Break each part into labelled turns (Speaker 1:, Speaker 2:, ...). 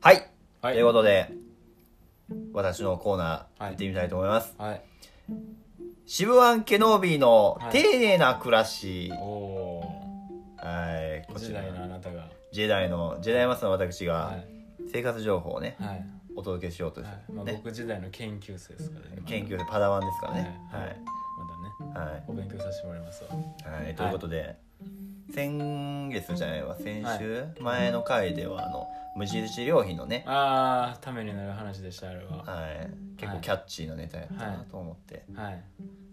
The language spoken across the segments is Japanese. Speaker 1: はい、
Speaker 2: はい
Speaker 1: ということで私のコーナー行ってみたいと思います、
Speaker 2: はい。
Speaker 1: 渋アンケノービーの
Speaker 2: はい
Speaker 1: 丁寧な暮らし
Speaker 2: おお
Speaker 1: はい、
Speaker 2: ー。
Speaker 1: こち
Speaker 2: 時
Speaker 1: ら
Speaker 2: 代のあなたが。
Speaker 1: ジェダイのジェダイマスの私
Speaker 2: は
Speaker 1: が
Speaker 2: い。
Speaker 1: 生活情報をね、
Speaker 2: はい。
Speaker 1: お届けしようとし
Speaker 2: は
Speaker 1: て、
Speaker 2: いまあ、
Speaker 1: ね、
Speaker 2: 僕時代の研究生ですからね。まだ
Speaker 1: 研究でパダワンですからね
Speaker 2: はい
Speaker 1: はい
Speaker 2: まだね、
Speaker 1: はい
Speaker 2: お勉強させてもらいますわ。
Speaker 1: はい、ということで、先月じゃないわ先週、前の回ではあの無印良品のね、
Speaker 2: あー、ためになる話でした、あれは。
Speaker 1: はい、結構キャッチーなネタやったなと思って、
Speaker 2: はい。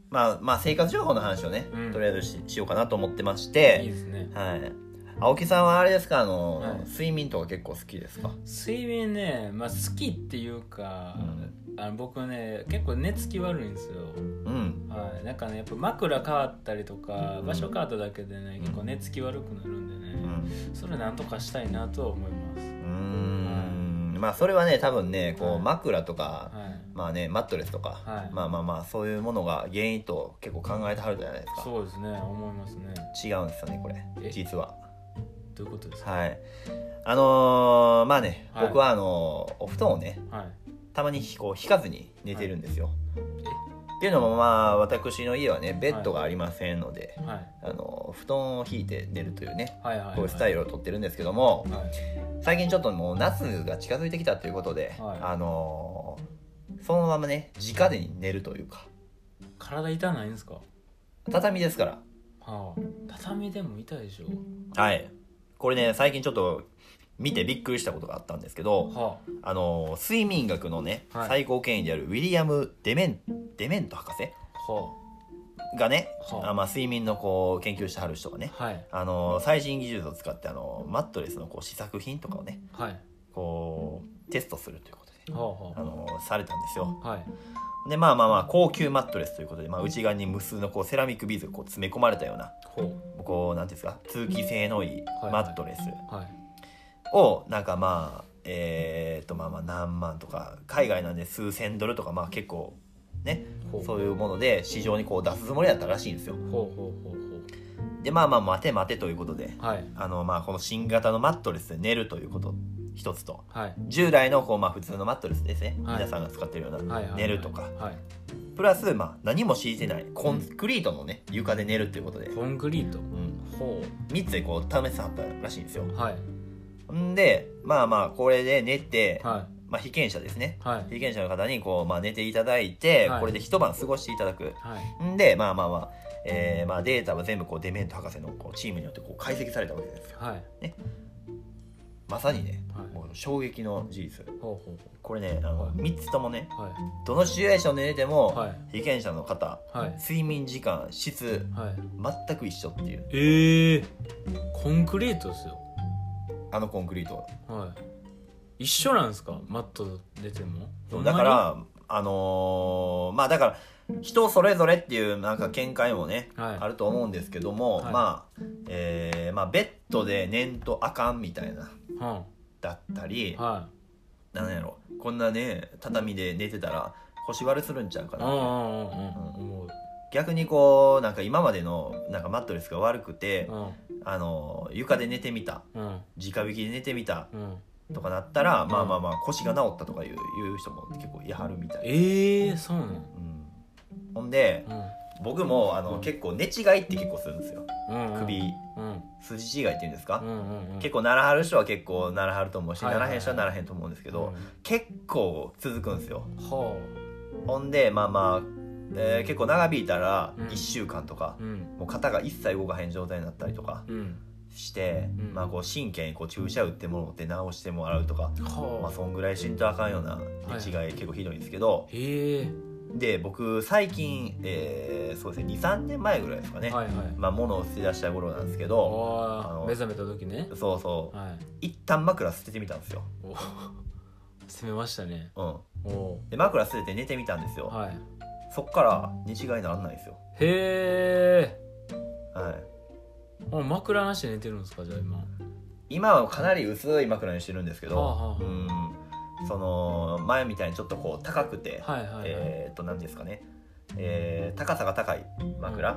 Speaker 1: まあまあ生活情報の話をね、
Speaker 2: うん
Speaker 1: とりあえずししようかなと思ってまし
Speaker 2: いい
Speaker 1: て
Speaker 2: ですね。
Speaker 1: はい青木さんはあれですかあの、
Speaker 2: はい
Speaker 1: 睡眠とか結構好きですか
Speaker 2: 睡眠ね、まあ、好きっていうか、あの僕ね、結構寝つき悪いんですよ。
Speaker 1: うん
Speaker 2: はい。なんかね、やっぱ枕変わったりとか、場所変わっただけでね、
Speaker 1: ん
Speaker 2: 結構寝つき悪くなるんで
Speaker 1: う
Speaker 2: ね、
Speaker 1: ん
Speaker 2: それなんとかしたいなとは思います。
Speaker 1: うーんまあそれはね多分ねこ
Speaker 2: は
Speaker 1: う
Speaker 2: い
Speaker 1: 枕とか、
Speaker 2: はい。
Speaker 1: まあねマットレスとか、
Speaker 2: はい
Speaker 1: まあまあまあそういうものが原因と結構考えてはるじゃないですか
Speaker 2: そうですね、思いますね。
Speaker 1: 違うんですよねこれ
Speaker 2: え
Speaker 1: 実は
Speaker 2: どういうことですか。
Speaker 1: はいあのーまあね、
Speaker 2: はい
Speaker 1: 僕はあのーお布団をね
Speaker 2: はい。
Speaker 1: たまにこう引かずに寝てるんですよ、
Speaker 2: え
Speaker 1: っていうのもまあ私の家はねベッドがありませんので、
Speaker 2: はい。
Speaker 1: あの布団を引いて寝るというね
Speaker 2: はいはいはい。
Speaker 1: こういうスタイルをとってるんですけども、
Speaker 2: はい。
Speaker 1: 最近ちょっともう夏が近づいてきたということで、
Speaker 2: はい
Speaker 1: あのーそのままね直でに寝るというか
Speaker 2: 体痛ないんですか。
Speaker 1: 畳ですから
Speaker 2: はあ。畳でも痛いでしょ。
Speaker 1: はいこれね最近ちょっと見てびっくりしたことがあったんですけど、
Speaker 2: は
Speaker 1: あのー睡眠学のね、
Speaker 2: はい
Speaker 1: 最高権威であるウィリアム・デメンデメント博士
Speaker 2: あ。は
Speaker 1: がね、
Speaker 2: はあ
Speaker 1: あまあ、睡眠のこう研究してはる人がね
Speaker 2: あ。はい。
Speaker 1: あの最新技術を使ってあのマットレスのこう試作品とかをね
Speaker 2: はい。
Speaker 1: こうテストするということで
Speaker 2: はあ
Speaker 1: あ
Speaker 2: は
Speaker 1: のされたんですよ
Speaker 2: あ。はい。
Speaker 1: でまあまあまあ高級マットレスということで、まあ、内側に無数のこうセラミックビーズがこう詰め込まれたような
Speaker 2: ほう。
Speaker 1: こうなんていうんですか通気性のいい
Speaker 2: はい
Speaker 1: マットレス
Speaker 2: はい。
Speaker 1: をなんかまあえー、っとまあまあ何万とか海外なんで数千ドルとかまあ結構ね
Speaker 2: ほう。
Speaker 1: そういうもので市場にこう出すつもりだったらしいんですよ
Speaker 2: ほうほうほう
Speaker 1: でまあまあ待て待てということで
Speaker 2: ほう。はい。
Speaker 1: あのまあこの新型のマットレスで寝るということ一つと
Speaker 2: はい。
Speaker 1: 従来のこうまあ普通のマットレスですね、
Speaker 2: はい
Speaker 1: 皆さんが使ってるような、
Speaker 2: はい。はい
Speaker 1: 寝るとか
Speaker 2: はい。
Speaker 1: プラスまあ何も敷いてないコンクリートのね床で寝るっていうことで、う
Speaker 2: コンクリート。
Speaker 1: ん、
Speaker 2: ほ
Speaker 1: 3つでこう試さはったらしいんですよ
Speaker 2: う。はい。
Speaker 1: んでまあまあこれで寝て、
Speaker 2: は
Speaker 1: まあ、被験者ですね
Speaker 2: い。はい。
Speaker 1: 被験者の方にこう、まあ、寝ていただいて、
Speaker 2: はい
Speaker 1: これで一晩過ごしていただく
Speaker 2: はい。
Speaker 1: んでまあまあまあ,、えーまあデータは全部こうデメント博士のこうチームによってこう解析されたわけですよ
Speaker 2: はい。
Speaker 1: まさにね
Speaker 2: はい。ほう
Speaker 1: もう衝撃の事実
Speaker 2: ほ
Speaker 1: これねあの、
Speaker 2: はい
Speaker 1: 3つともね
Speaker 2: うほう。はい。
Speaker 1: どのシチュエーションで寝ても、
Speaker 2: はい
Speaker 1: 被験者の方
Speaker 2: はい。
Speaker 1: 睡眠時間質
Speaker 2: はい。
Speaker 1: 全く一緒っていう
Speaker 2: ええー。コンクリートですよ。
Speaker 1: あのコンクリート
Speaker 2: はい。一緒なんですかマット出ても
Speaker 1: そうだか。らあのーまあだから人それぞれっていうなんか見解もね、
Speaker 2: はい
Speaker 1: あると思うんですけども、
Speaker 2: はい
Speaker 1: まあえーまあベッドで寝んとあかんみたいな
Speaker 2: ほんま
Speaker 1: だった
Speaker 2: に
Speaker 1: り、
Speaker 2: うん。は
Speaker 1: なんやろこんなね畳で寝てたら腰割れするんちゃうか
Speaker 2: い。う
Speaker 1: な、
Speaker 2: んうんうんうん。思う。
Speaker 1: 逆にこうなんか今までのなんかマットレスが悪くて
Speaker 2: う、ん
Speaker 1: あのー床で寝てみた
Speaker 2: うん
Speaker 1: 直引きで寝てみた
Speaker 2: うん。
Speaker 1: とかなったら、まあ
Speaker 2: うん
Speaker 1: まあまあ腰が治ったとかいういう人も結構いはるみたい、
Speaker 2: ええー、そうなの
Speaker 1: うん、ほんで僕もあの、
Speaker 2: うん
Speaker 1: 結構寝違いって結構するんですよ
Speaker 2: うん。うん。
Speaker 1: 首
Speaker 2: うん。
Speaker 1: 筋違いっていうんですか
Speaker 2: う、んうんうん。
Speaker 1: 結構ならはる人は結構ならはると思うし、
Speaker 2: はいは
Speaker 1: な
Speaker 2: いはい
Speaker 1: らへん人はならへんと思うんですけど、
Speaker 2: うん
Speaker 1: 結構続くんですよ
Speaker 2: は
Speaker 1: ほんでまあまあ、えー結構長引いたら
Speaker 2: うん
Speaker 1: 1週間とか
Speaker 2: あ。、うん。
Speaker 1: もう肩が一切動かへん状態になったりとか
Speaker 2: うん。
Speaker 1: して、
Speaker 2: うん
Speaker 1: まあこう神経にこう注射打ってもろって治してもらうとか、まあ、
Speaker 2: はあ。
Speaker 1: そんぐらいしんとあかんような寝違い、結構ひどいんですけど、
Speaker 2: ええ
Speaker 1: で僕最近、えーそうですね23年前ぐらいですかね、
Speaker 2: ー。はいはい。
Speaker 1: まあ、物を捨て出した頃なんですけどあ
Speaker 2: あ
Speaker 1: の
Speaker 2: あ。目覚めた時ね。
Speaker 1: そうそう
Speaker 2: はい。
Speaker 1: 一旦枕捨ててみたんですよ、
Speaker 2: お 攻めましたね。
Speaker 1: うん、
Speaker 2: おお。
Speaker 1: で枕捨てて寝てみたんですよ
Speaker 2: はい。
Speaker 1: そっから寝違いにならないんですよ
Speaker 2: へえ。
Speaker 1: はい
Speaker 2: もう枕なしで寝てるんですかじゃあ今。
Speaker 1: 今はかなり薄い枕にしてるんですけど、
Speaker 2: はあはあ
Speaker 1: うんその前みたいにちょっとこう高くて、
Speaker 2: はいはいはい。
Speaker 1: えーっと何ですかね、えー高さが高い枕、
Speaker 2: う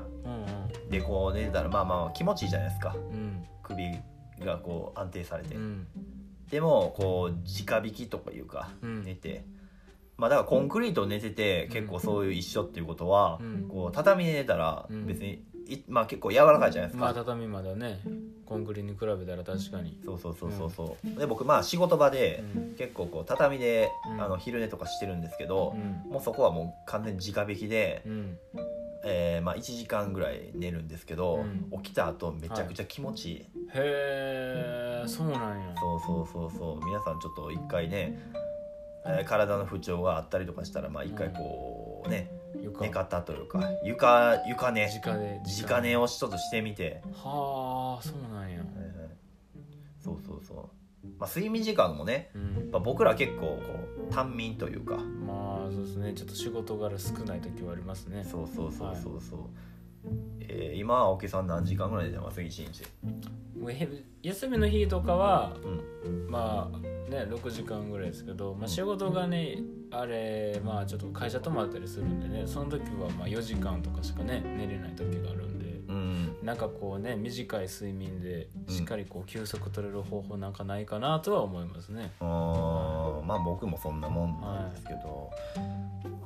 Speaker 2: ん
Speaker 1: でこう寝てたらまあまあ気持ちいいじゃないですか
Speaker 2: うん
Speaker 1: 首がこう安定されて、
Speaker 2: うんうん。
Speaker 1: でもこう直引きとかいうか
Speaker 2: うん
Speaker 1: 寝て、まあだからコンクリート寝てて
Speaker 2: うん
Speaker 1: 結構そういう一緒っていうことは、
Speaker 2: うん
Speaker 1: こう畳で寝たら
Speaker 2: うん
Speaker 1: 別に、いまあ結構柔らかいじゃないですか、
Speaker 2: まあ畳まだねコンクリに比べたら確かに、
Speaker 1: そうそうそうそうそう、で僕まあ仕事場で
Speaker 2: うん
Speaker 1: 結構こう畳で、
Speaker 2: うん
Speaker 1: あの昼寝とかしてるんですけど
Speaker 2: う、ん
Speaker 1: もうそこはもう完全に直引きで、
Speaker 2: うん、
Speaker 1: えーまあ、1時間ぐらい寝るんですけど、
Speaker 2: うん
Speaker 1: 起きた後めちゃくちゃ気持ちいい、
Speaker 2: へえそうなんや
Speaker 1: そうそうそうそう皆さんちょっと一回ね、えー体の不調があったりとかしたらまあ一回こうね、
Speaker 2: 床
Speaker 1: 寝方というか床床寝
Speaker 2: 直で
Speaker 1: 直寝をちょっとしてみて、
Speaker 2: はあそうなんや、
Speaker 1: はいはいそうそうそう、まあ、睡眠時間もね
Speaker 2: うん
Speaker 1: やっぱ僕ら結構こう短眠というか
Speaker 2: まあそうですねちょっと仕事柄少ない時はありますね
Speaker 1: そうそうそうそうそう、えー今は青木さん何時間ぐらい寝てます一日、
Speaker 2: もうへ休みの日とかは
Speaker 1: うん、
Speaker 2: まあね6時間ぐらいですけど、まあ、仕事がねあれまあちょっと会社泊まったりするんでねその時はまあ4時間とかしかね寝れない時があるんで
Speaker 1: うん、
Speaker 2: なんかこうね短い睡眠でしっかりこう休息取れる方法なんかないかなとは思いますね、
Speaker 1: あーまあ僕もそんなもんなんですけど、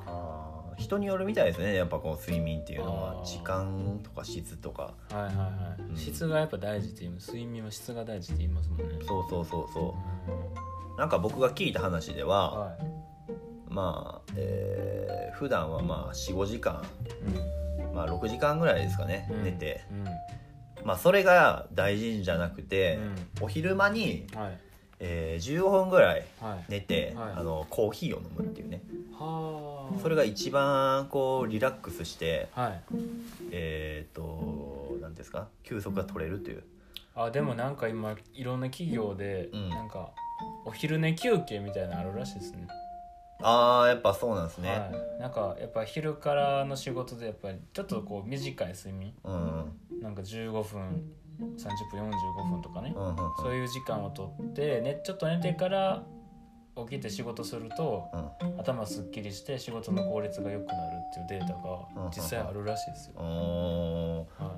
Speaker 1: あー人によるみたいですねやっぱこう睡眠っていうの
Speaker 2: あ
Speaker 1: は
Speaker 2: ー
Speaker 1: 時間とか質とか
Speaker 2: はいはいはい、
Speaker 1: うん
Speaker 2: 質がやっぱ大事って言います睡眠は質が大事って言いますもんね
Speaker 1: そうそうそうそ
Speaker 2: うん
Speaker 1: うなんか僕が聞いた話では
Speaker 2: は
Speaker 1: まあえー普段はまあ45時間
Speaker 2: いうん
Speaker 1: まあ6時間ぐらいですかね
Speaker 2: うん
Speaker 1: 寝て、
Speaker 2: うん
Speaker 1: まあそれが大事じゃなくて、お昼間に、
Speaker 2: うん、はい
Speaker 1: えー15分ぐらい
Speaker 2: はい
Speaker 1: 寝て、
Speaker 2: はい
Speaker 1: あのコーヒーを飲むっていうね
Speaker 2: はあ
Speaker 1: それが一番こうリラックスして
Speaker 2: はい
Speaker 1: えー、と何ですか休息が取れるという
Speaker 2: あでもなんか今いろんな企業で、
Speaker 1: うん
Speaker 2: なんかお昼寝休憩みたいなのあるらしいですね
Speaker 1: ああやっぱそうなんですね、
Speaker 2: はい、なんかやっぱ昼からの仕事でやっぱりちょっとこう短い睡眠
Speaker 1: うんうん
Speaker 2: なんか15分30分45分とかね
Speaker 1: う、んうん
Speaker 2: そういう時間をとって、ね、ちょっと寝てから起きて仕事すると
Speaker 1: うん
Speaker 2: 頭すっきりして仕事の効率が良くなるっていうデータが実際あるらしいですよ、
Speaker 1: おー
Speaker 2: は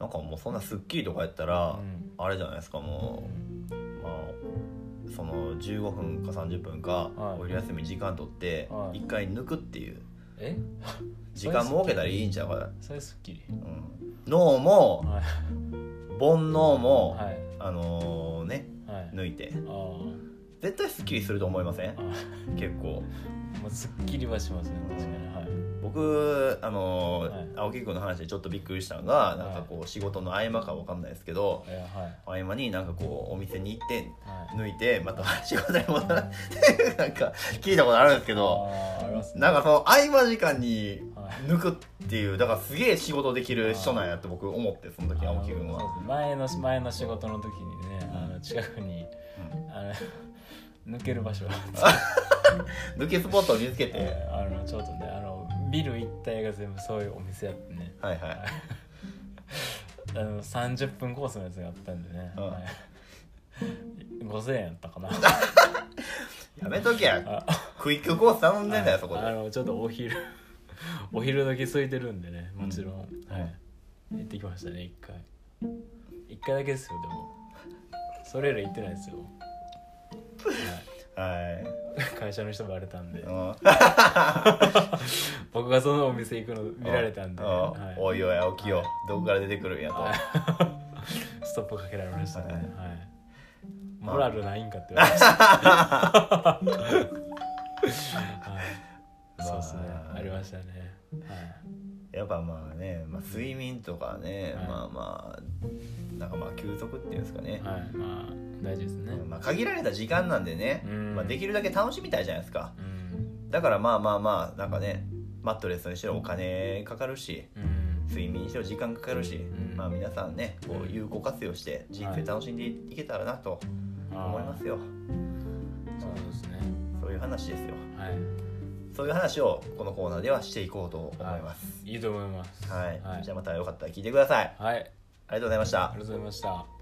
Speaker 1: なんかもうそんなスッキリとかやった
Speaker 2: い
Speaker 1: ら、
Speaker 2: うん
Speaker 1: あれじゃないですかもうまあその15分か30分か、
Speaker 2: はい
Speaker 1: お昼休み時間取って
Speaker 2: はい
Speaker 1: 一回抜くっていう
Speaker 2: え
Speaker 1: 時間設けたらいいんちゃうかな、
Speaker 2: それすっきり
Speaker 1: うん、脳も
Speaker 2: はい
Speaker 1: 煩悩も、
Speaker 2: はい
Speaker 1: あのーね
Speaker 2: はい
Speaker 1: 抜いて
Speaker 2: あー
Speaker 1: 絶対スッキリすると思いません
Speaker 2: あー
Speaker 1: 結構
Speaker 2: もうすっきりはしますね確かにはい
Speaker 1: 僕あの、
Speaker 2: はい
Speaker 1: 青木君の話でちょっとびっくりしたのがなん
Speaker 2: は
Speaker 1: か
Speaker 2: い
Speaker 1: こう仕事の合間かわかんないですけど、
Speaker 2: いやはい
Speaker 1: 合間になんかこうお店に行って
Speaker 2: はい
Speaker 1: 抜いてまた仕事に戻るっていうなんか聞いたことあるんですけど
Speaker 2: あーありますね
Speaker 1: なんかその合間時間に
Speaker 2: はい
Speaker 1: 抜くっていうだからすげえ仕事できる人なんやって僕思ってその時青木君
Speaker 2: あの
Speaker 1: は。
Speaker 2: そうです前の前の仕事の時にね、あの近くに
Speaker 1: うん
Speaker 2: あの 抜ける場所が
Speaker 1: 抜けスポットを見つけ
Speaker 2: あって
Speaker 1: て
Speaker 2: あのちょっとねあのビル一帯が全部そういうお店やってね
Speaker 1: はいはい
Speaker 2: あの30分コースのやつがあったんでね、
Speaker 1: うん
Speaker 2: はい5000円やったかな
Speaker 1: やめとけや
Speaker 2: あ
Speaker 1: クイックコース頼んでんだよそこ
Speaker 2: あ
Speaker 1: で
Speaker 2: のちょっとお昼 お昼時空いてるんでねもちろん、はい行ってきましたね一回一回だけですよでもそれ以来行ってないですよ、
Speaker 1: はい
Speaker 2: はい、会社の人バレたんで
Speaker 1: うん
Speaker 2: 僕がそのお店行くの見られたんで、
Speaker 1: う
Speaker 2: はい
Speaker 1: おいおい青木よ、
Speaker 2: はい
Speaker 1: どこから出てくるんやと、
Speaker 2: はいストップかけられましたね、
Speaker 1: は
Speaker 2: はいいモラルないんかって言われました、はい、そうですね
Speaker 1: まあ
Speaker 2: ありましたね、はい
Speaker 1: やっぱまあね、まあ、睡眠とかね、
Speaker 2: はい
Speaker 1: まあまあなんかまあ休息っていうんですかね、
Speaker 2: はい、まあ大事ですね。
Speaker 1: まあ、限られた時間なんでね、
Speaker 2: うん
Speaker 1: まあ、できるだけ楽しみたいじゃないですか
Speaker 2: うん、
Speaker 1: だからまあまあまあなんかねマットレスにしろお金かかるし
Speaker 2: うん、
Speaker 1: 睡眠にしろ時間かかるし、
Speaker 2: ん
Speaker 1: まあ皆さんねこう有効活用して人生楽しんでいけたらなと思いますよ、
Speaker 2: あー。そうですね。
Speaker 1: そういう話ですよ
Speaker 2: は
Speaker 1: そういう話をこのコーナーではしていこうと思います、
Speaker 2: い、いいと思います。
Speaker 1: はい、
Speaker 2: はい
Speaker 1: じゃあまたよかったら聞いてください
Speaker 2: はい、
Speaker 1: ありがとうございました
Speaker 2: ありがとうございました。